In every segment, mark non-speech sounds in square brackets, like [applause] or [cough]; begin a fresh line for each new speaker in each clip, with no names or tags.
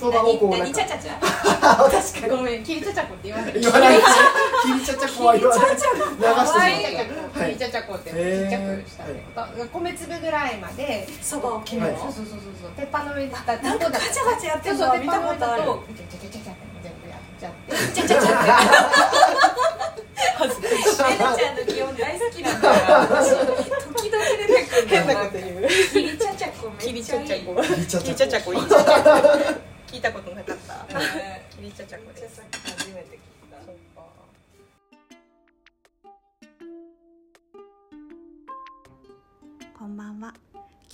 そばをこうなん
何
か
チャチャチャ
あ確かに
ごめん、キリチャチャコって言わない。
言わないですキリチャチャコは言わない流してし
可愛い
まう
キリチャチャコ、キリチャチャコってちっちゃくしたりとか、米粒ぐらいまで、
そばを切る
は
の
い
そうそうそうそう、鉄板の上に立った
なんかガチャガチャやって
そう
るの
そ
は
う、鉄
見たこと
板の上に
ある
立と、チ
チャチャチ
ャチャチャチャチャ全部やっちゃって。
ャってエナちゃんの擬音大好きなんだから私時々出てくるんだよ
言う。
キリチャチャコ
キ
め
リ
っ
チ
ちゃいい
ャチャコ。
キリチャチャコ
キリチャチャコ。いいチャチャコ聞いたことなかった。
ね
キリチャチャコ
めっち
で
ゃ
す。
さっき初めて聞いた
そっか
こんばんは。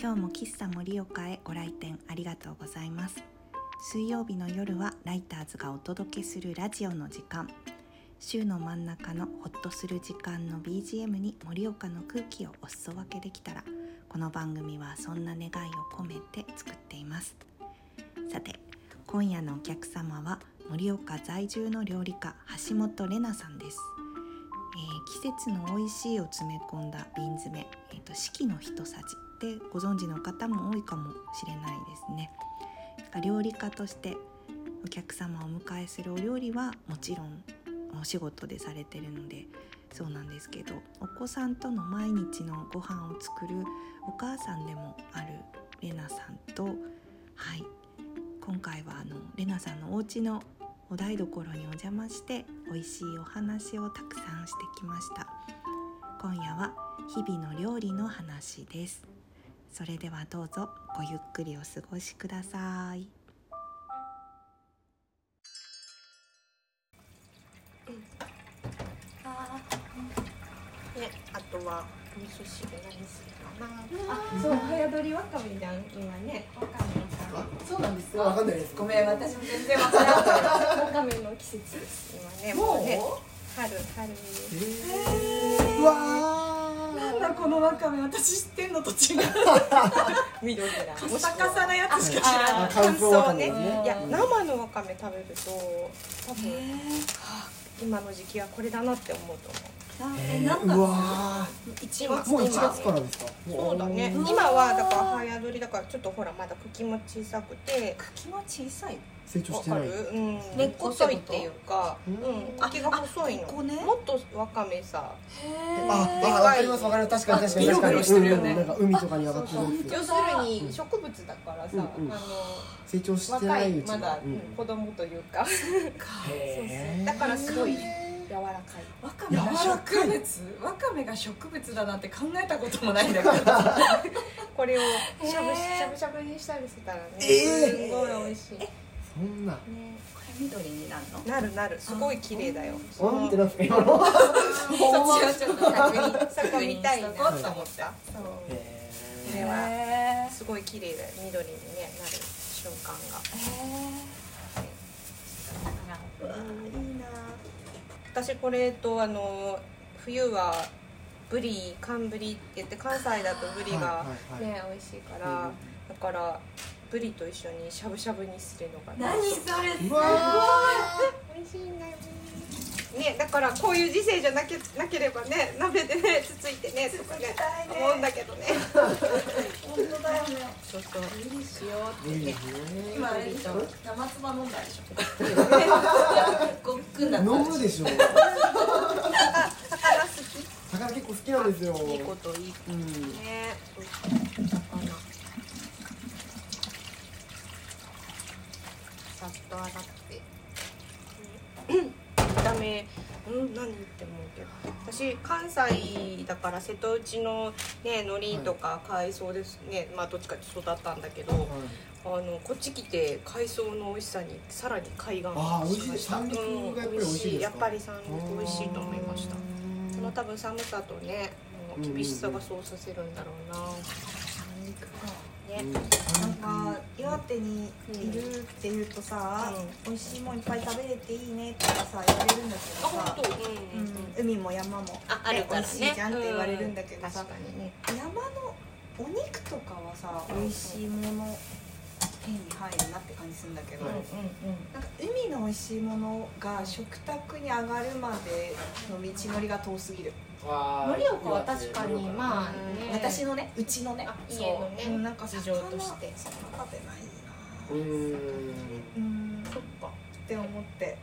今日も喫茶盛岡へご来店ありがとうございます。水曜日の夜はライターズがお届けするラジオの時間。週の真ん中のホッとする時間の BGM に盛岡の空気をお裾分けできたら、この番組はそんな願いを込めて作っています。さて、今夜のお客様は盛岡在住の料理家橋本玲奈さんです。えー季節の美味しいを詰め込んだ瓶詰め、えー、と四季の一さじでご存知の方も多いかもしれないですね料理家としてお客様をお迎えするお料理はもちろんお仕事でされてるのでそうなんですけどお子さんとの毎日のご飯を作るお母さんでもあるレナさんとはい今回はあのレナさんのお家のお台所にお邪魔して美味しいお話をたくさんしてきました今夜は日々の料理の話ですそれではどうぞごゆっくりお過ごしください
あ
ね、あとはお味噌汁何するかな。
ー
そう、早取りわかめじゃん、今ね。
わかんない
そうなんです
わかんないです
ごめん私も全然わからなかっ
わかめの季節です。今ね、
た
もうね、
も
春、春です。
へーうわ
うなんだこのわかめ私知ってんのと違う
緑だ。
カサカサなやつしか知らない
あ
あー
乾燥わかんない
乾燥ね
いや、
うん
生のわかめ食べると、多分、
え
今の時期はこれだなって思うと思う。
え
なん
ー
だ
うわ
一
ーもう1月からですか
そうだね。
うわー
今はだから早取りだからちょっとほらまだ茎も小さくて。
茎は小さい
成長
わ
して
か
ない
る？うん。
根っこってこと
細いっていうか、うん。
うん
茎が細い
あ
の。
ここね
もっとわかめさ。
あ、
ー
あ、わかりますわかります確かに確か
あビロ
に確かに
ビロしてるよね
うんうんなんか海とかに上がって
そう
るや
要
つ
するに植物だからさ、
うんうん
あ
成長
の
してな
若い
いうち
まだ、
うん
子供というか、そうそうだからすごい柔らかい。
わかめが
柔ら
植
かい
物わかめが植物だなんて考えたこともないんだけど
これをしゃぶし
へー
ゃぶしゃぶにしたりしたらね、
えー
すごい美味しい。
そんな
ね
これ緑になるの
なるなるすごい綺麗だよ。
うんってなんですか今の
そっちはちょっと
そ
[laughs] そ
こ
こ
見
見
た
た
い
い
な
な
と
と
思
思
っ
ったた。
へ
これ
へ
は
え
すごい綺麗だよ。緑にねなる瞬間が。
いいな
私これとあの冬はブリ寒ブリって言って関西だとブリ
ー
が
はいはいはい
ね美味しいか
うん
らだからブリと一緒にしゃぶしゃぶにするのが
何それ
うわ
美味しいんだよねねだからこういう時世じゃなけなければね鍋でねつついてねとかね
つつきたいね
思うんだけ [laughs] どね
本当だよね
そうそう
無理しよう
ーいいね
今あれでしょ生唾飲んだ [laughs] でしょごっくんだった
飲
でし
むでしょ
魚好
魚結構好きなんですよ
きいいこといいこ
うん
とね魚さっと洗って見た目うん何って思うけど私関西だから瀬戸内のね海苔とか海藻ですね、まあどっちかって育ったんだけど
はい
あのこっち来て海藻の美味しさにさらに海岸
あー美味しい
ました
三陸がやっぱり美味しいですか
うんやっぱり三陸美味しいと思いましたその多分寒さとねあの厳しさがそうさせるんだろうな、
な
ね、
ん
なんか岩手にいるっていうとさ、
うん
美味しいもんいっぱい食べれていいねってさ言われるんだけ
あ
どさ
本、当、うん
うん海も山も
ああるからね
美味しいじゃんって言われるんだけどさ
確、かにね
山のお肉とかはさ美味しいもの手に入るなって感じするんだけど、
うんうんうん
なんか海の美味しいものが食卓に上がるまでの道のりが遠すぎる、
盛岡は確かにまあ、
うん
ね、
私のねうちのね
あ
そう
家のね
うんなんか
事情として
魚そんな食べないな
うーん
うんめ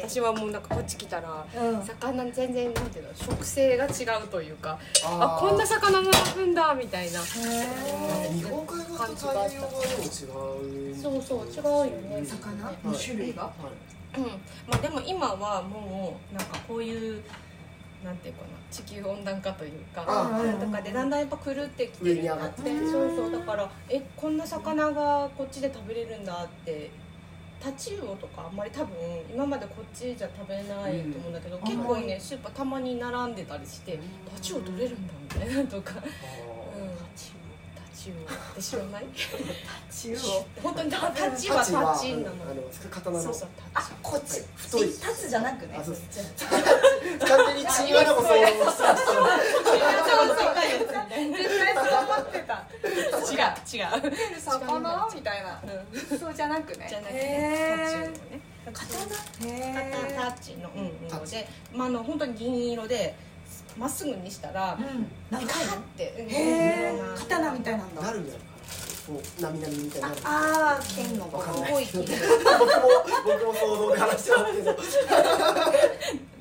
私はもうなんかこっち来たら
うん
魚全然なんていうの食性が違うというかあ
あー
こんな魚並ぶんだみたいな
日本海側と太平洋側でも違う
そうそう違うよね魚
はい
種類が
はい
うんまあでも今はもうなんかこういうなんていうかな地球温暖化というか
あ
とかでだんだんやっぱ狂ってきて
上に
る
上
ように
が
な
っ
っててそうそうだからえこんな魚がこっちで食べれるんだってタチウオとかあんまり多分今までこっちじゃ食べないと思うんだけど、
ん
結構ねスーパーたまに並んでたりして「タチウオ取れるんだ」みたいなとか「うん、タチウオタチウオ」って知らない
中央
本当にタタチはタチな
あ
の
の刀の
そうそうタ
あ
チ
こっち
太い
立つじゃなくね
あそうで
じゃ
完全にチンアナゴ想像した
絶対そう思ってた
違う違う
魚みたいなそうじゃなくね
じゃなく
へ
てタチウオね
ーへ
刀
ー
タチのうんうん
タチ
でまああの本当に銀色でまっすぐにしたら
うん長い
カッてうん
へ
うん
ー刀みたいなんだ
なるんじゃないこうなみなみみたいになる
ああ剣の棒
わかんない
多い気が
僕も僕も想像で話してますけど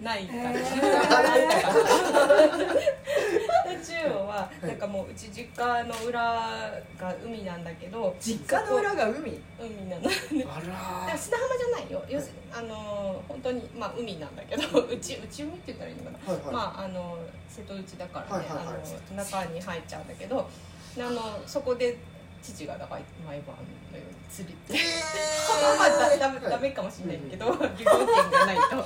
ないから
へ
タ
ー
チウオはなんかもううち実家の裏が海なんだけど
実家の裏が海
海なの
あ
だから
ら
砂浜じゃないよ要するにあのー本当にまあ海なんだけどうちうち海って言ったらいいのかな
ーはいはい、
まあ、あの瀬戸内だからね、
はいはいはい
あの中に入っちゃうんだけどあのそこで父がだから毎晩のように釣りってまあだだだめかもしれないけど漁業権がないとま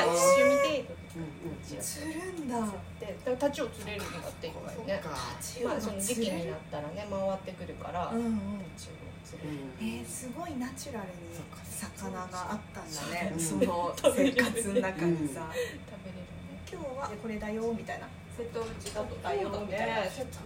あ一
あ
緒見て
ーうんうん
釣っ
釣るんだ
てだからタチを釣れるんだっていっぱいね
そっか
まあその時期になったらね回ってくるから、
うんうん
タチを釣
う
れる
ん
えー、すごいナチュラルに魚があったんだね
うん
その生活の中にさ
食べれるね
今日はこれだよみたいな
瀬戸内だと太陽だみたいな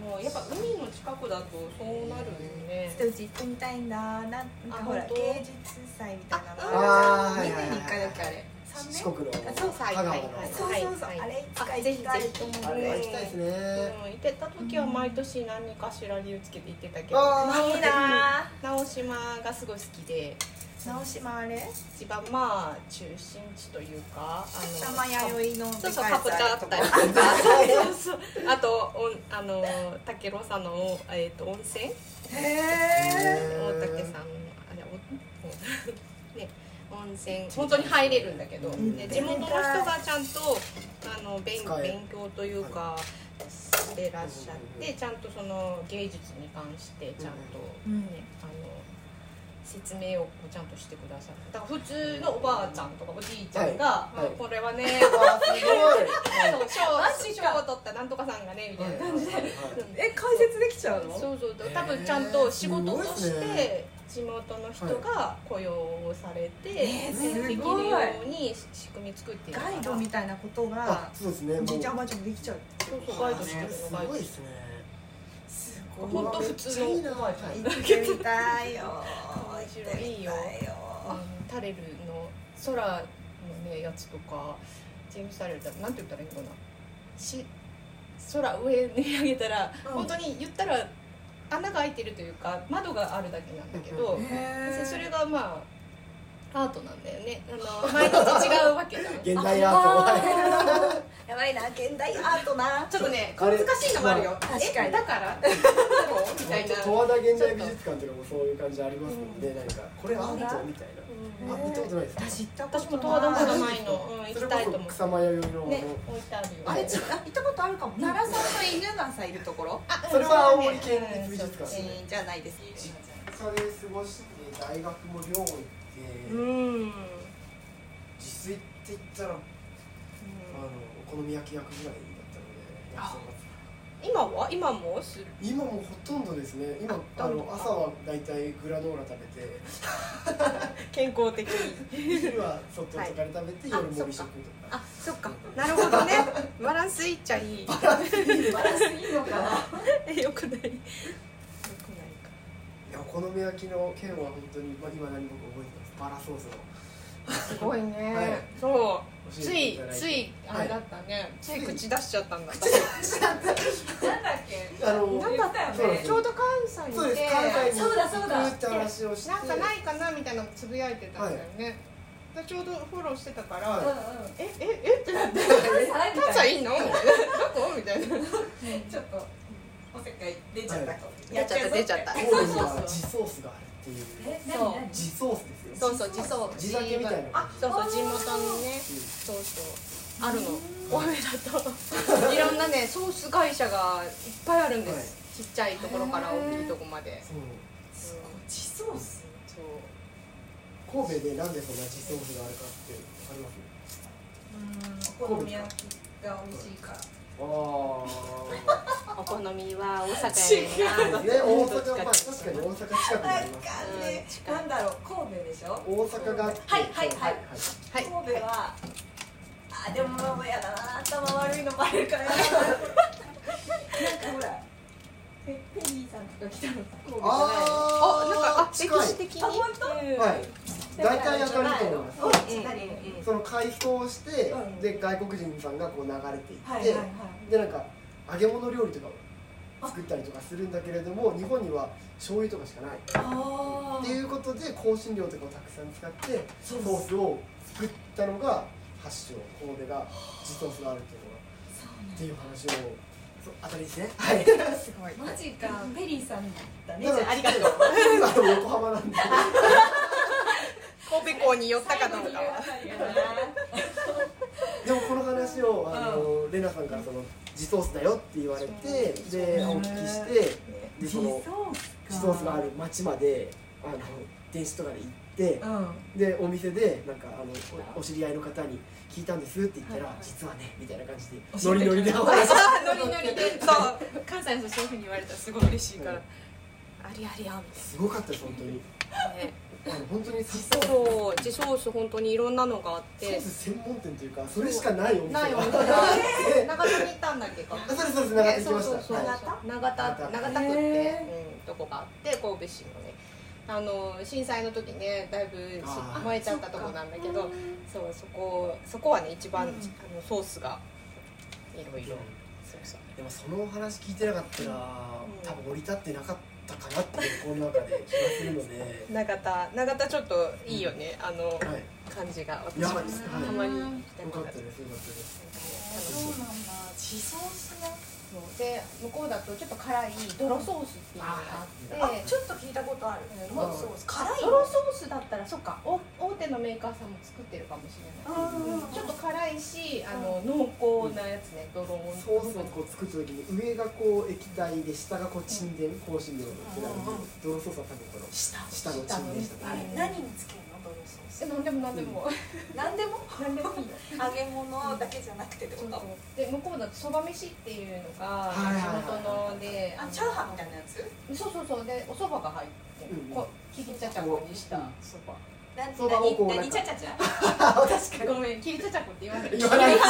もうやっぱ海の近くだとそうなるよね
人うち行ってみたいんだなんなんかほら
あ本当
芸術祭みたいなの
あ
る
ー
じゃん
はいはいはい
二年に一回だっけあれ三年
四国の
あそう
香川の
はいはい
そうそうそう、
はい
あれいつか行きたいと思う
あれは行きたいですね、
うん、行ってた時は毎年何かしら理由つけて行ってたけど、
あ
いいな
直島がすごい好きで
ー直島あれ
一番まあ中心地というかあ
玉弥生の
そうそうかぼちゃあったりとかそう [laughs] そうあとおあ [laughs] の竹郎さんの、えー、と温泉
へえ
大竹さんあれおね温泉本当に入れるんだけど、
ん
で地元の人がちゃんとあの勉
使え
勉強というかしてらっしゃっ
う
てちゃんとその芸術に関してちゃんと、
うんうん
ねあの説明をちゃんとしてくださるだから普通のおばあちゃんとかおじいちゃんが
はい
「
はい
あこれはね」
わーすごい
そう賞賞を取ったなんとかさんがねみたいな感じで [laughs]
え解説できちゃうの
そうそう多分ちゃんと仕事と
す
し
ごいっす
て地元の人が雇用をされて、
えーすごい
できるように仕組み作ってるから
ガイドみたいなこと
あ
が
そうですねも
お
う
じいちゃんおばあちゃんもできちゃう
そうそうガイドしてる
す
のガイド
ごいですね
す
ほんと普通の
めっちゃいいな
おばあちゃん
行ってみたいよ
面白いよ
行ってみたいよ
うんタレルの空のねやつとかジェームス・タレルだなんて言ったらいいのかなし空上に上げたら、
うん
本当に言ったら穴が開いてるというか窓があるだけなんだけど、
へ
で
ー
それがまあアートなんだよねあの毎日違うわけじ
[laughs]
ゃん
現代アー
やばいな現代アートな
ちょっとね
あ
難
れ
しいのもあるよ
まあ確かに
えだからどうみたいな
ト十和田現代美術館とかもそういう感じありますもんねなんかこれアートみたいなあ見たことないですか
私行った
私
こ
も
と
十和田まだ
ない
ないの、うん、行
そ
き
れ
たいと
こそ
思
う草間彌生のあの
ね置いてあるよ
あれ違う行ったことあるかも奈良さんと犬がさいるところ
あ
それは青森県立美術
うん
館
そう
えーじゃないです
実家で過ごして大学も寮行って
うん
自炊って言ったらあのお好み焼き焼くぐらいだったので
今は今もする
今もうほとんどですね今
あ
あ
どんどん
の朝は大体グラノーラ食べ
[laughs]
て
健康的
昼は外とかで食べて
はい
夜も美食とか
あそっかなるほどね [laughs] バランスいっちゃいい
バランスいいのかな
[laughs] えよくないよくないか
いやお好み焼きの件は本当にまあ今何も覚えてますバラソースの
すごいね、
はい
そう
教
つ
えてい
い
ただいて
つい
はい
あれだったね、つい口出しちゃったんだ
なんだっけ
あの
なんだったよね
そうなんです
ちょうど関西にいて
そうです関西に
そうだそうだ
行くって話をして
なんかないかなみたいなのつぶやいてたんだよね、
で
でちょうどフォローしてたから、
は
えええってなって「母ちゃんいいの?」みたいな「どこ?」みたいな
ちょっとおせっかい出ちゃったかも
[laughs] やっちゃった出ちゃった
コールには地ソースがあるっていう
え
そう
何何
地ソースです
そ
よ
うそう自走
地酒みたいな
あそうそう
あー
地元の
うん
ねそうそうあるの多めだといろんなねソース会社がいっぱいあるんです、ちっちゃいところから大きいとこまで
そう
すごい地ソース
そう
神戸でなんでそんな地ソースがあるかってわかります
お好み焼きが美味しいから
あ
お好みは大
阪
や
あ [laughs] ね大阪まあ確かに大阪近くにあります
なんかねなんだろう神戸でしょ
大阪があって
はいはいはい
はい
神戸はあでもまあまあやだな頭悪いのバレるからやだななんかほらペペリーさんとか来たの神戸じゃないの
あなんかあ
ー
歴
近い
史的に
あ本当
うん
はい大体当たると思います
うん
うんうん
何々
その解放して、
うん
で外国人さんがこう流れていって、
はいはいはい
でなんか揚げ物料理とかを作ったりとかするんだけれども日本には醤油とかしかない
あ
っ
ー
ていうことで香辛料とかをたくさん使ってソ
そう
ースを作ったのが発祥神戸が地ソースがあるっていうのがっていう話をそう当たりですね
[laughs]
はい
すごい
マジかペリーさんだねじ
だ
ゃ
から
あありがとう
[laughs] 今の横浜なんで
神戸港に寄ったかどうかは
でもこの話をあの、レナさんからその地ソースだよって言われてでお聞きしてでその地ソースがある町まであの電子とかで行って
う、ん
でお店でなんかあのおお知り合いの方に聞いたんですって言ったら、
はいはい
実はねみたいな感じで
教
ノ
え
リ
て
ノ
く
リ
れ
でお話
る
し
ノリノリでそう関西の人そういうふうに言われたらすごい嬉しいから、
うん
ありありあ
すごかったです本当に
みたいなね
あの本当に地ソースソ
そう自ソース本当にいろんなのがあっ
ー
て
ス専門店というかそれしかないお店
ないお店
が
が
で
長田に行ったんだっけか
[laughs] あそれそれそれ流れてきました
そうそうそう
はい
長田長田区って、うん、とこがあって神戸市のねあの震災の時ねだいぶし
あー
燃えちゃったとこなんだけどそうそこそこはね一番、
うん
あのソースがいろいろそうそう
でもそのお話聞いてなかったら、
うん
多分降り立ってなかったかなっていうこの中で気がするので、 [laughs]
長田長田ちょっといいよね、あの
はい、
感じが私
や
も
ばいですはい
たまに行きた
よ
く
かっ
な
た
る
ですよかったです
そうなんだ地ソースね
そうで向こうだとちょっと辛い泥ソースっていうのがあって
ちょっと聞いたことある
うん
もうそう辛い
泥ソースだったらそっかお大手のメーカーさんも作ってるかもしれないちょっと辛いしあの濃厚なやつね泥を
ソースをこう作った時に上がこう液体で下がこう沈殿香辛料のってなるんで泥ソースは多分この
下
下の沈殿した
あ
は
れ
い
何につけるのドロソース
えなんでもなんでも、
何 [laughs] でも
なんでもいいよ
揚げ物だけじゃなくてって
そ
こ
う
と
そうで向こうだとそば飯っていうのが
はいはいはい
地元ので
あチャーハンみたいなやつ
ンそうそうそうでおそばが入ってる、
うん
こうキリチャチャコにした
うん
そば、
何
そばをこう
何
なんか
何チャチャチャ
確かに
ごめんキリチャチャコって言わない
言わないです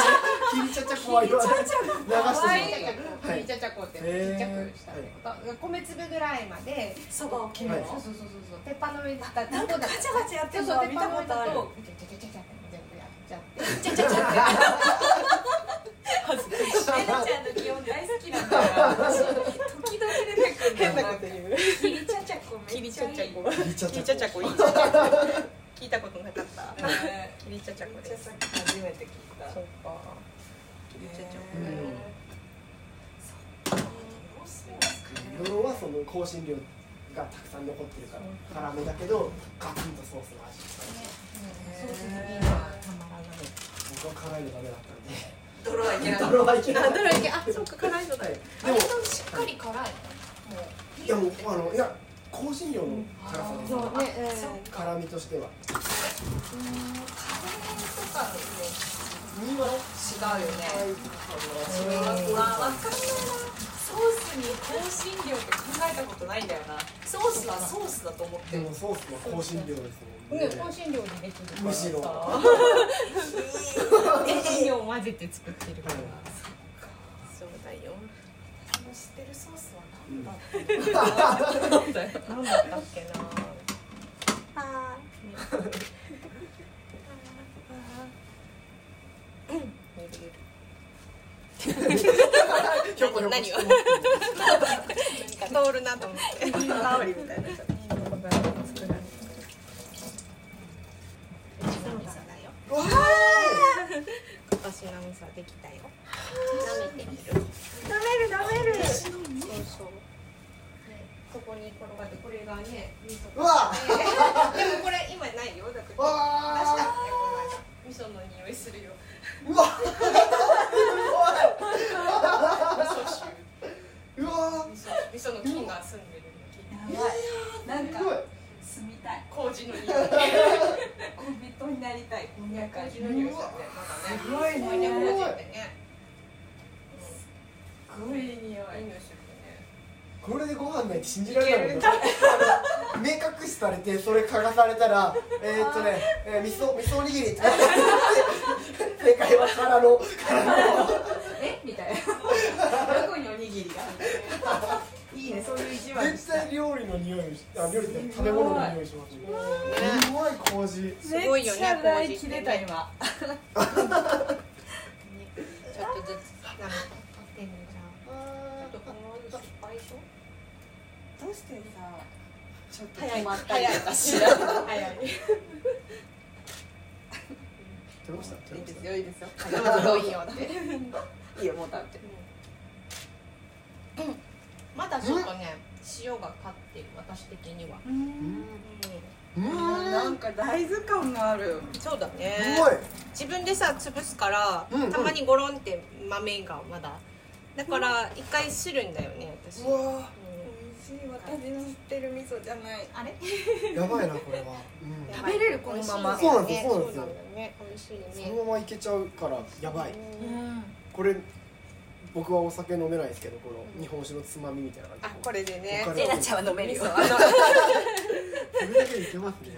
キリチャチャ怖い言わない流して
かわいい
し
ちゃくちゃちゃこってちっちゃくしたってこと米粒ぐらいまで
そばを切る
は
の
い
そうそうそうそう鉄板の上だった
なんかガチャガチャやって
そう
るのは
そう鉄
見たこ
板の上
とあ
だ
る
とちゃち
ちゃちゃち
ゃちゃちゃちゃ全部やっちゃって
ゃってレナちゃんの擬音大好きなんだよ [laughs] 私時々出てくる
変なこと言う
キリチャチャコめ
キ
っ
リ
ち
チ
ゃい
ャ
い
チャコキ
キリチャチ
リ
ャ
チャチャ
怖
コいいチャチャコ聞いたことなかった
ね
キリチャチャコ
めっちゃ
です
さっき初めて聞いた
そうかキリチャチャコ
うん
だよ
い泥はその香辛料がたくさん残ってるから辛めだけどガツンとソースの味
そうそういいなたまらない
僕は辛いのダメだった
泥はい
[laughs]
けない
んで泥はいけない
あどれだけあそうか辛いのだよ
でも
しっかり辛い
いやもうあのいや香辛料の辛さです
そうね
辛みとしては
とかの
には
ね違うよね
違
わわかん
う
ないなソースに香辛料って考えたことないんだよなソースはソースだと思って
で
る
もソースは香辛料ですもん
ね
ね
香辛料でできるから
むしろ
さ香辛料を混ぜて作ってるから
はい
そうだよ
知ってるソースは何だっ
なんだったっけな
あ
ゆるゆ
ひ
る
ょこひょこ
何を通るなと思って香りみたいな。作られてる
たの
ンスはできたよ
舐めてみる。
舐める舐める
そうそう。
ここに転がってこれがね味噌
うわ
でもこれ今ないよだけど出したっ
う
て
わ
この間味噌の匂いするよ
うわ
味噌臭
うわ
味噌味噌の菌が住んでる菌
やばいなん
す
か
ごい
住みたい
麹の匂いね
恋人になりたいこんにゃく味
麹の匂いするねまたね
すご
思
い
い
ね
出麹ってね
すごい匂い
いい匂いするよね
これでご飯ないって信じられないもんねあの目隠しされてそれ嗅がされたらえー、っとね、えー、味噌味噌おにぎりって正解は殻の
[laughs] えみ [laughs] たいなどこにおにぎりがいいねそういう一話に
絶
したい
対料理の匂いあ料理って食べ物の匂いしますねすごい麹
すごいよね麹って
切れた
ね [laughs]
今
ちょっとずつなんかってんのじゃんちょっとこの失敗しょ
どうしてさちょっと
早い
止まったり
早い
とかし
早い
取れました取れました
よいいですよ
どういいよって
いいよもう食べて
うんまだちょっとね塩がかってる私的には
うん
なんか大豆感がある
そうだね
すごい
自分でさ潰すから、
うんうん
たまにゴロンって豆がまだだから一回するんだよね私、
うわ
美味しい私の知ってる味噌じゃないあれ
ーやばいなこれは、うん
や
食
ばい
べれるこのまま
そうなんですよそうなんですよ
だよね美味しいね
そのままいけちゃうからやばい
うん
これ僕はお酒飲めないですけどこの日本酒のつまみみたいな
あ
感じ
これでね
他の
えなちゃんは飲める
[laughs]
よ
それだけでいけますね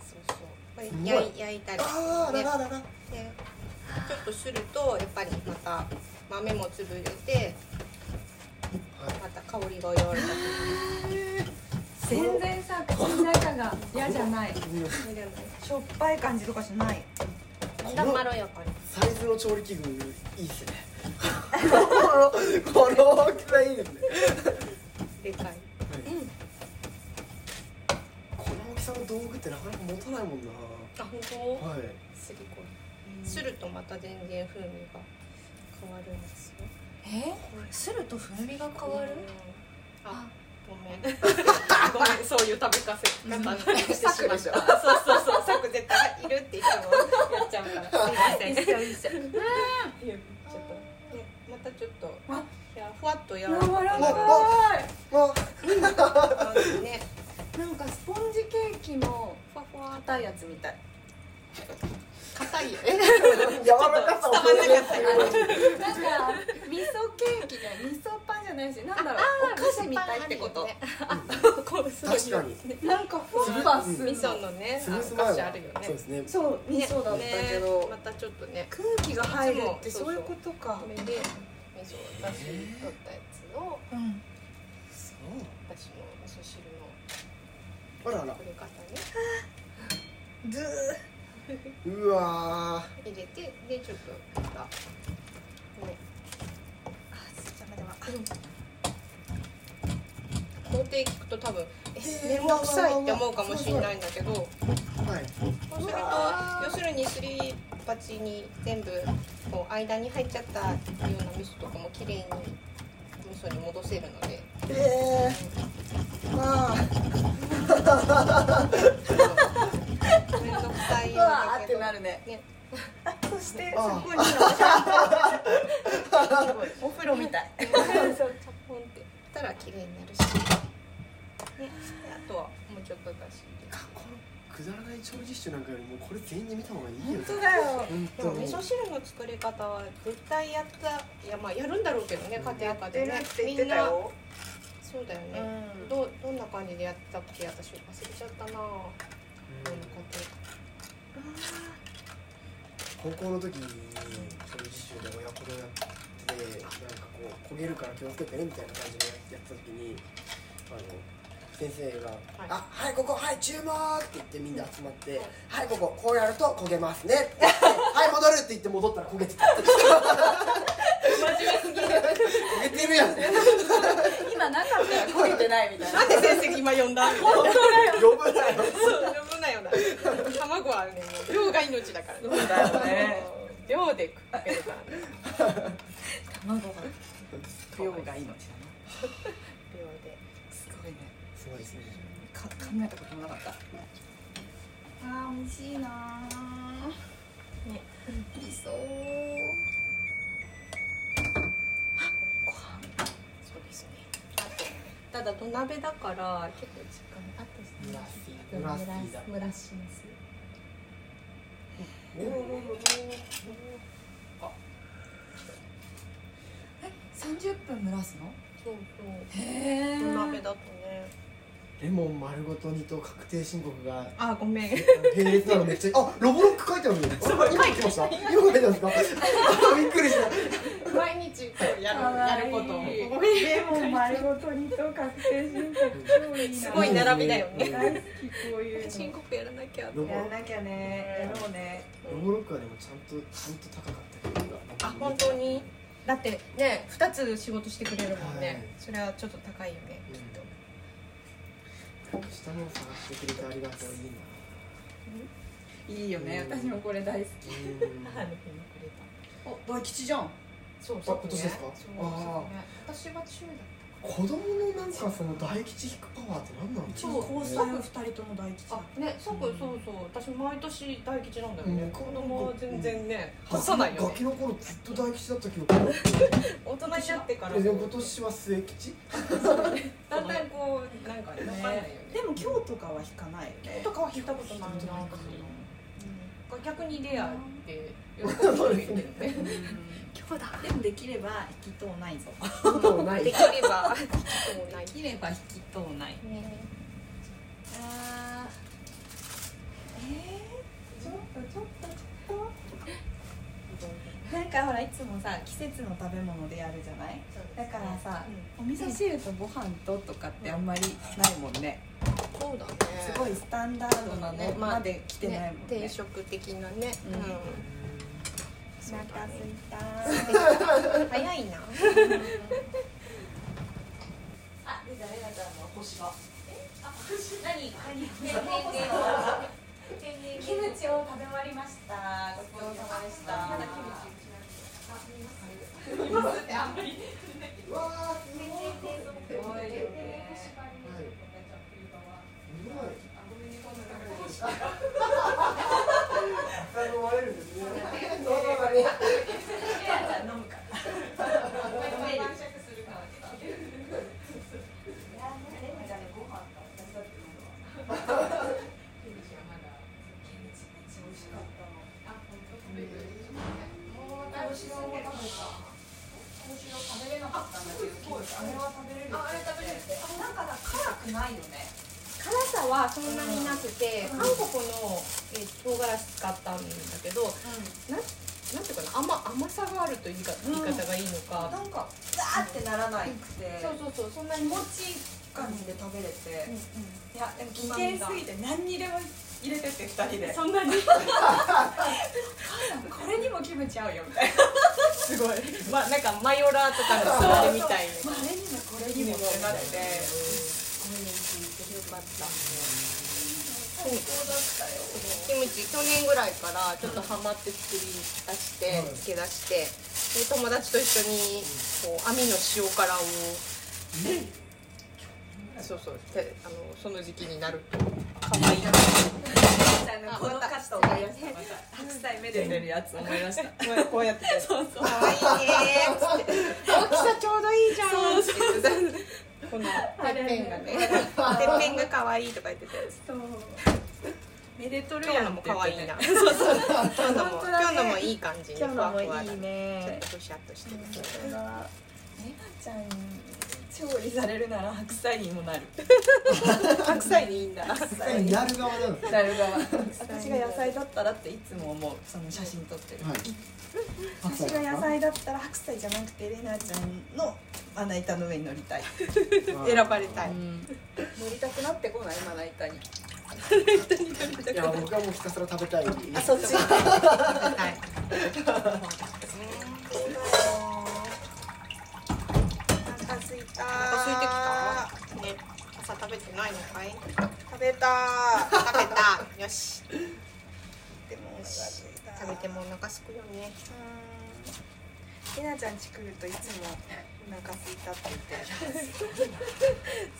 そうそう
すごい
焼い焼いたり
ああら
ね
ららら
でちょっとするとやっぱりまた豆も潰れてまた香りが柔らかく
全然さ口の中が嫌じゃない
なる
しょっぱい感じとかしない
だんだんまろやかに
サイズの調理器具いいですねこのこの大きさいいですね、
でかい
この大きさの道具ってなかなか持たないもんな
あ本当
はい
すりこするとまた全然風味が変わるんですよ
えすると風味が変わる
あごめんごめんそういう食べかせ方をしてしまったそうそうそうサク絶対いるっていつもやっちゃうからすいませんちょっとねまたちょっといやふわっとや
柔ら
わ
か
わ
ね
いなんかスポンジケーキのふわふわたいやつみたい
硬いよ
柔らかさを表現する
なんか味噌ケーキが味噌パンじゃないしなんだろうお菓子みたいってこと
確かに
[laughs]
なんかふわふわする
味噌のね
スムース
お
前
菓
は
子あるよ
そう
ね
ですね
そう味噌だったけど、
ねまたちょっとね
空気が入るってそういうことか
これで味噌を出し取ったやつを
うん
そう
私の味噌汁の
あらあら
作り方に
ずー
うわ
入れてでちょっとまたね工程聞くと多分え面倒くさいって思うかもしれないんだけどそう
ーはい
すると要するにすり鉢に全部こう間に入っちゃったような味噌とかも綺麗に味噌に戻せるので
えー、まあ
面倒くさいん
うわ
だ
ーっ
け
て
ど
なるね
ね
そして
あー
そこにはすごいお風呂みたい
そうチャポンってしたら綺麗になるし、ね、あとはもうちょっとだし
このくだらない調理実習なんかよりもこれ全員で見た方がいいよね
本当だよ
本当に
でも味噌汁の作り方は絶対やったいやまあやるんだろうけどね家庭科でねみんなそうだよ
う
ね、
ん
どうどんな感じでやってたっけ私忘れちゃったなどんな [laughs] 家
高校の時に調理実習で親子丼やっててなんかこう焦げるから気をつけてねみたいな感じでやってた時にあの先生が「
い
あはいここはい注目!」って言ってみんな集まって「はいこここうやると焦げますね」って言ってはい戻る!」って言って戻ったら焦げてた [laughs] 真面目すぎる焦げてる [laughs] やん
今なかったら声てないみたいな
庭なんで先生今呼んだ
呼ぶなよ
そう呼ぶなよな卵はねもう量が命だから
そうだよね
量で食ってるからね
卵が
量が命だな
秒です
ごいね
すごいですね
か考えたこともなかったあー美味しいなー
ね
理想あご飯
そうですねあとただ土鍋だから結構時間あと
ムラッシームラッシーだ
蒸らします
え三十分蒸らすの
そう
へ
そ
え
う土鍋だとね
レモン丸ごと煮と確定申告が
あごめん
並列なのめっちゃあロボロック書いてあるの今来ました今書いてあるんですかびっくりした
毎日こうやるやることを
レモン丸ごとにと確定申告超いいな
すごい並びだよね
大好きこういう
申
の
告やらなきゃ
ロボ
やらなきゃねやろうね
ロボロックはでもちゃんとちゃんと高かったけど
あ本当にだってね2つ仕事してくれるもんね、
はい
それはちょっと高いよねきっと、
下のを探してくれてありがとういいない
いよね
うん
私もこれ大好き
うん
母の日にくれた
お大吉じゃん
そう
あ今年ですか
そう
あ
そうね私は趣味だっ
子供のなんかその大吉引くパワーって何なんですか
そう
高
ね
三二人とも大吉
たあねそうそうそう私毎年大吉なんだよね、
うん
子供は全然ね外さないよ
ガ
ね
キの頃ずっと大吉だった記憶が
大人になってから
えでも今年は末吉
だんだんこうなんかねわかんないよね
でも今日とかは引かないよね
とかは聞いたことないな
聞いたことない
逆にレアで喜んでるけどね
[laughs] 今日だでもできれば引きとうないぞ
ことない
できればそうない
できれば引きとうない
ね
あえー、ちょっとちょっとちょっとなんかほらいつもさ季節の食べ物でやるじゃないだからさ、お味噌汁とご飯ととかってあんまりないもんね、
そうだね
すごいスタンダードなの
ねまあ
まで来てないもんね
定食的なね
うんお
そう
腹す
だね
いた
早い
あでじゃあ
な
レナちゃんの星が
何
キムチを食べ終わりましたごちそうさまでしたまだキムチ
うわーす
すごいよね
ごいすごい頼まれるんですねそうだね
レナちゃん飲むから毎回晩酌するからいやレナちゃんねご飯と私だって飲むわキムチはまだキムチめっちゃ美味しかったのあ本当食べるもう私はもう食べた今週は食べれなかったんだけど今日あれは食べれるああれ食べれるってあなんかさ辛くないよね
辛さはそんなになくて、韓国の、えー、唐辛子使ったんだけど、なんなんていうかな甘甘さがあるというか言い方がいいのか、
なんかザーってならないくて
そうそうそうそんなに
気持ちいい感じで食べれて、いやでも危
危険
険すぎて
すぎて何にでも入れてって2人で
そん [laughs] なに
これにもキムチ合うよみたいな
すごいまあなんかマヨラーとかのそれみたいな
あれにもこれ
にもってなって
キムチ去年ぐらいからちょっとハマって作り出して、
うん
漬け出してで友達と一緒にこう網の塩辛を、そうそうであのその時期になると可愛いな
このカットを思い出した白菜めでてるやつ思い出したこうやこうやっててそうそう
可愛いねーっつって大きさちょうどいいじゃんって言ってたこのてっぺんがねてっぺんが可愛いとか言ってて
めでとる
今日
や
の
ん
も
って言
可
って
愛
ね
いなそうそう今日のも
本当だね
今日のもいい感じに
今日のもい
ふわふわだ
い
ちょ
ね
っとふしゃっとしてるけど
レナちゃん調理されるなら白菜にもなる
白菜でいいんだ
やる側なの
なる側私が野菜だったらっていつも思うその写真撮ってる、
はい
私が野菜だったら白菜じゃなくてレナちゃんのまな板の上に乗りたい、
選ばれたい
乗りたくなってこないまな板に
いや僕はもうひたすら食べたい
あそっち [laughs]
はい
お腹すいた
お腹空いてきたね朝食べてないのかい [laughs] 食べたー食べたよし
でもお腹すいた
食べてもお腹すくよねひなちゃんち来るといつもお腹すいたって言って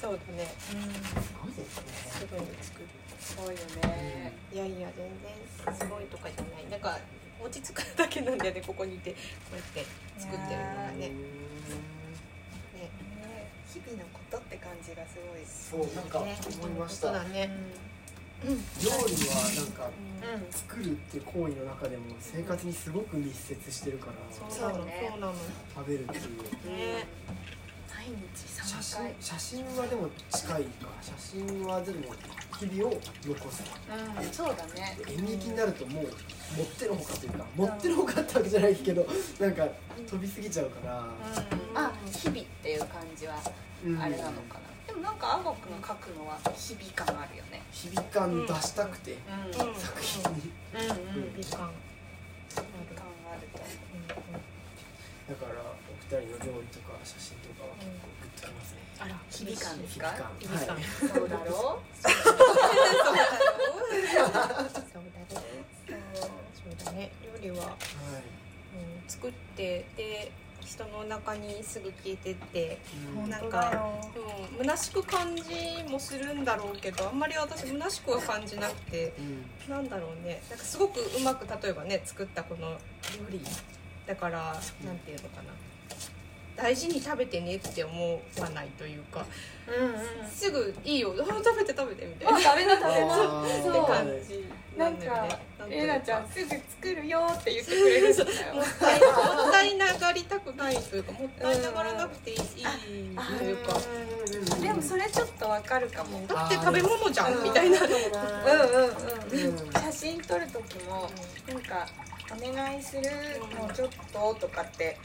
そうだねうん
ごいですね
すごい作るすごいよねいやいや全然すごいとかじゃないなんか落ち着くだけなんだよねここにいてこうやって作ってるのがねね日々のことって感じがすごい
そうなんか
ね
思いまし
そ
た
うだね
料理はなんか
うん
作るって行為の中でも生活にすごく密接してるから
そうなの
ね
そうなの
食べるっていう
ね毎日
写
3
真
回
写真はでも近いか写真はでも日々を残す
うんそうだね
演劇になるともう持ってのほかというか持ってのほかってわけじゃないけどなんか飛びすぎちゃうから、
うん
あ日々っていう感じは
うん
あれなのかな、でもなんか青くの書くのは日々感あるよね
響かん出したくて、
うん
うん
作品に
うんうん美観
感があると
だからお二人の料理とか写真とかは結構グッときますね
あら
日々感です
響
か
かん
美観
はい
そうだろ
そうだねそうだね料理は
はい
うん作ってで人の中にすぐ消えてって
うん
なんか、うん、虚しく感じもするんだろうけどあんまり私虚しくは感じなくて
うん
なんだろうねなんかすごくうまく例えばね作ったこの料理だからなんていうのかな大事に食べてねって思わないというか
うんうん
すぐ「いいよあ食べて食べて」みたいなっ
食べな食べな
あー
そう
て感じなんだよね
なんか
という
えなちゃんすぐ作るよって言ってくれるんだ
も
よ
ったいもったいながりたくないというかもったいながらなくていいというか
うん
でもそれちょっとわかるかも
だって食べ物じゃんみたいな。
うんうんうん
うん
写真撮る時もなんか「お願いするのちょっと」とかって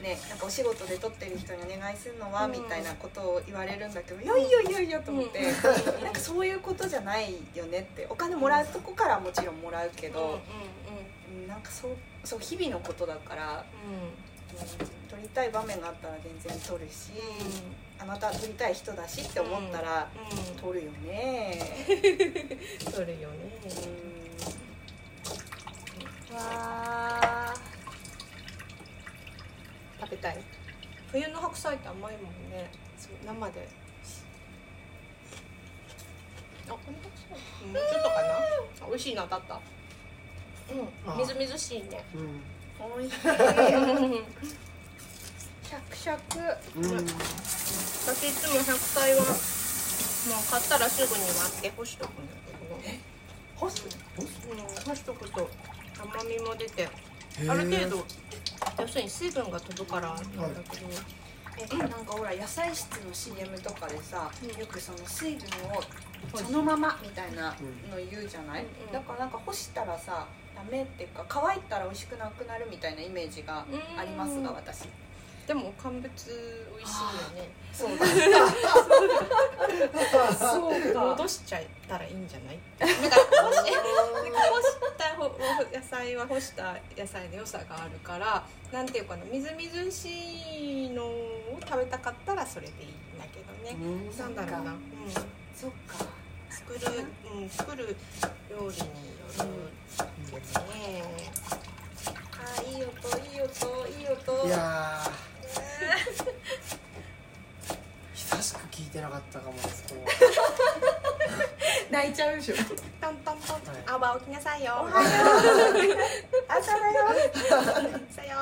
ねなんかお仕事で撮ってる人にお願いするのは
うん
みたいなことを言われるんだけど「いやいやいやいや」と思ってなんかそういうことじゃないよねってお金もらうとこからはもちろんもらうけどうんなんかそうそう日々のことだからうん撮りたい場面があったら全然撮るしあなたは撮りたい人だしって思ったら撮るよね。
取るよね。
うんわー
食べたい。冬の白菜って甘いもんね。そう生で。あ、この白菜。うんちょっとかな。あ美味しいなだった。うん。みずみずしいね。
うん
おいしいシャクシャク
うん
私いつも白菜はもう買ったらすぐに割って干しとくんだけ
干す
ど、うん、干しとくと甘みも出て
へー
ある程度要するに水分が飛ぶからなんだけど、
えなんかほら野菜室の CM とかでさ
うん
よくその水分をそのままみたいな
うん
の言うじゃない
うんうん
だからなんか干したらさダメっていうか乾いたら美味しくなくなるみたいなイメージがありますが私
でも乾物美味しいよね
そうだ
そうか戻しちゃったらいいんじゃないなんか干し干したほ野菜は干した野菜の良さがあるからなんていうかなみずみずしいのを食べたかったらそれでいいんだけどね、
うん
なんだろうな、うん、
そっか
作る、うん、作る料理によるけどね、
あーいい音いい音いい音
いやー久しく聞いてなかったかもですこの
泣いちゃうでしょ
トントントン
はい、
あば起きなさいよ、おはよ
朝だよ
う、さよ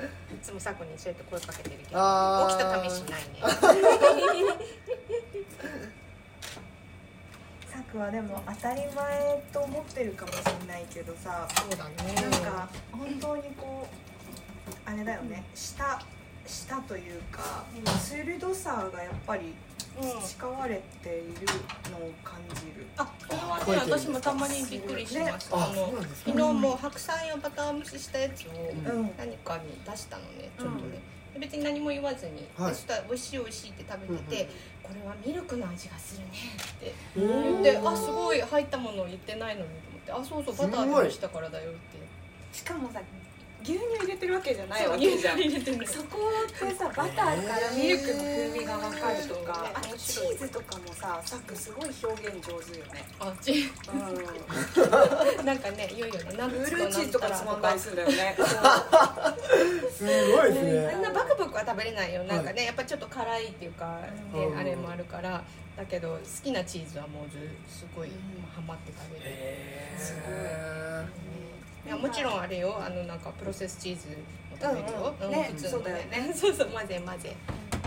う。いつもさこにそうやって声かけてるけど、起き
あー
たためしないね。
さくはでも当たり前と思ってるかもしれないけどさ
そうだね
なんか本当にこうあれだよね舌舌というか鋭さがやっぱり
うん、
培われているのを感じる
あ、これはね、私もたまにびっくりしました。あ
あそう
の
なんです
昨
か
日も白菜をバター蒸ししたやつを
うん
うん
何かに出したのね、ちょっとね。で別に何も言わずに、
はい
そしたら美味しい美味しいって食べてて、これはミルクの味がするねって。
うん
で、あ、すごい入ったものを言ってないのにと思って、あ、そうそうバターで蒸したからだよって。
しかもさ牛乳入れてるわけじゃない
そう
わけじゃん
入れてる。
そこってさバターからミルクの風味がわかるとか
えー
あとチーズとかもささくすごい表現上手よね
あ、ち、
うん
なんかね、いよいよね、ナ
ブ
ッツ
ルーチーズとかつまんだりするんだよ
[laughs]
ね
すごいです
あん
ね
なバクバクは食べれないよ、なんか
は
ねやっぱちょっと辛いっていうか、ね
うん
あれもあるからだけど好きなチーズはもうずすごいハマって食べる、
へー
いやもちろんあれよあのなんかプロセスチーズも食べるよ、
うんうん
うん
ね
普通の
そうだよ
ね [laughs] そうそう混ぜ混ぜ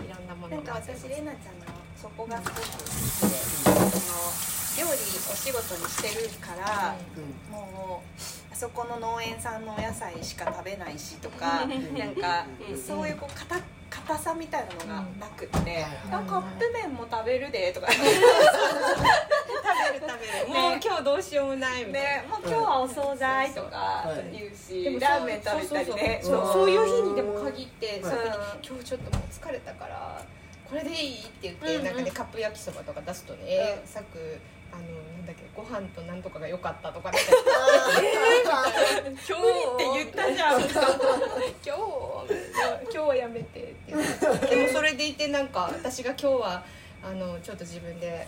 いろんなも
な
の
んか
混ぜ
私れなちゃんのそこがすごく好きで、その料理お仕事にしてるから、もうあそこの農園さんのお野菜しか食べないしとか、なんか
うん
そういうこう硬硬さみたいなのがなくって、
うん
あカップ麺も食べるでとか、
食べる食べるもう
ね
今日どうしようもないみたいな、
ね、もう今日はお惣菜とか
うん
言うし、
でも
ラーメン食べたりね。
そうそうそうそうそういう日にでも限って、
はい
そう今日ちょっともう疲れたからこれでいいって言って、
うんうん
なんかねカップ焼きそばとか出すとね、えーさくあのなんだっけご飯となんとかが良かったとかって
[laughs]
今日って言ったじゃん今日今日はやめてって
[laughs]
言ってでもそれでいてなんか私が今日はあのちょっと自分で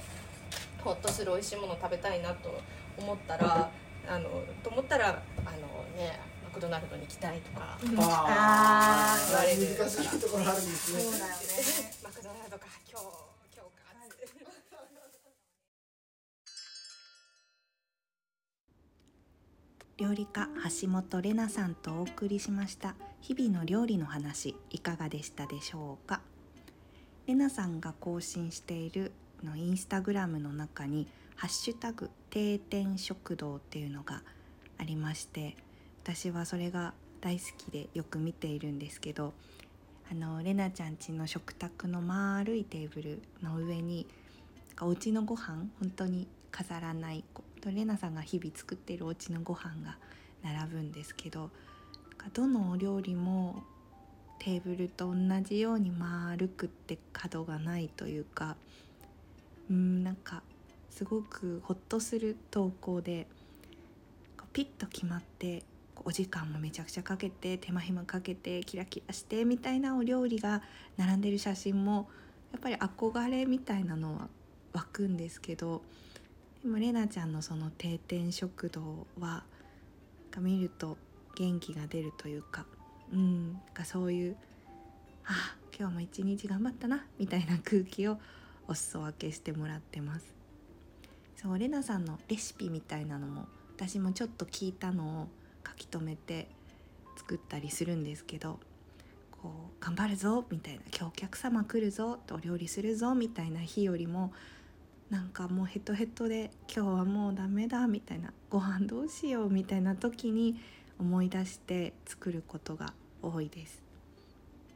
ホッとする美味しいもの食べたいなと思ったらあのと思ったらあのねマクドナルドに行きたいとか
あ
ー
あー難しいところあるんですね
そうだよね
マクドナルドか今日今日かって
料理家橋本玲奈さんとお送りしました日々の料理の話いかがでしたでしょうか玲奈さんが更新しているのインスタグラムの中に「ハッシュタグ定点食堂」っていうのがありまして私はそれが大好きでよく見ているんですけどあの玲奈ちゃん家の食卓の丸いテーブルの上になんかお家のご飯本当に飾らないこうとレナさんが日々作っているお家のご飯が並ぶんですけどなんかどのお料理もテーブルと同じように丸くって角がないというかうんなんかすごくほっとする投稿でこうピッと決まってこうお時間もめちゃくちゃかけて手間暇かけてキラキラしてみたいなお料理が並んでる写真もやっぱり憧れみたいなのは湧くんですけどでもレナちゃんのその定点食堂はなんか見ると元気が出るというか,、うん、なんかそういう「あ今日も一日頑張ったな」みたいな空気をお裾分けしてもらってます。そうレナさんのレシピみたいなのも私もちょっと聞いたのを書き留めて作ったりするんですけどこう頑張るぞみたいな今日お客様来るぞお料理するぞみたいな日よりもなんかもうヘトヘトで今日はもうダメだみたいなご飯どうしようみたいな時に思い出して作ることが多いです。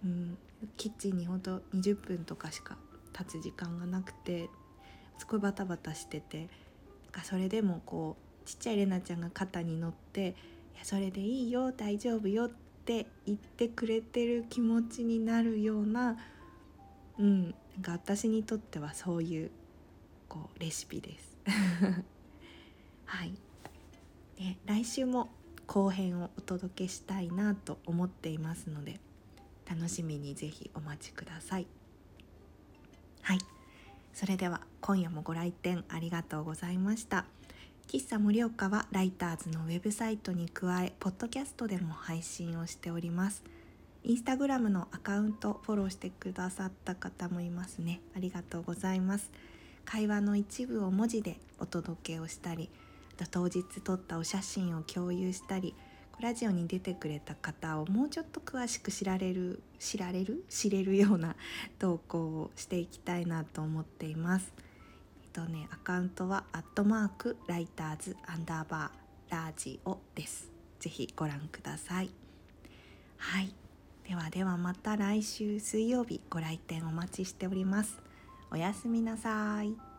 うん、キッチンにほんと20分とかしか経つ時間がなくてすごいバタバタしててなんかそれでもこうちっちゃいレナちゃんが肩に乗って「いやそれでいいよ大丈夫よ」って言ってくれてる気持ちになるような,、うん、なんか私にとってはそういうこうレシピです。 [laughs] はい、で来週も後編をお届けしたいなと思っていますので楽しみにぜひお待ちください。はいそれでは今夜もご来店ありがとうございました。喫茶盛岡はライターズのウェブサイトに加えポッドキャストでも配信をしておりますインスタグラムのアカウントフォローしてくださった方もいますねありがとうございます会話の一部を文字でお届けをしたりあと当日撮ったお写真を共有したりラジオに出てくれた方をもうちょっと詳しく知られる知られる知れるような [laughs] 投稿をしていきたいなと思っていますえっとね、アカウントは、アットマーク、ライターズ、アンダーバー、ラジオです。ぜひご覧ください。はい。ではではまた来週水曜日ご来店お待ちしております。おやすみなさい。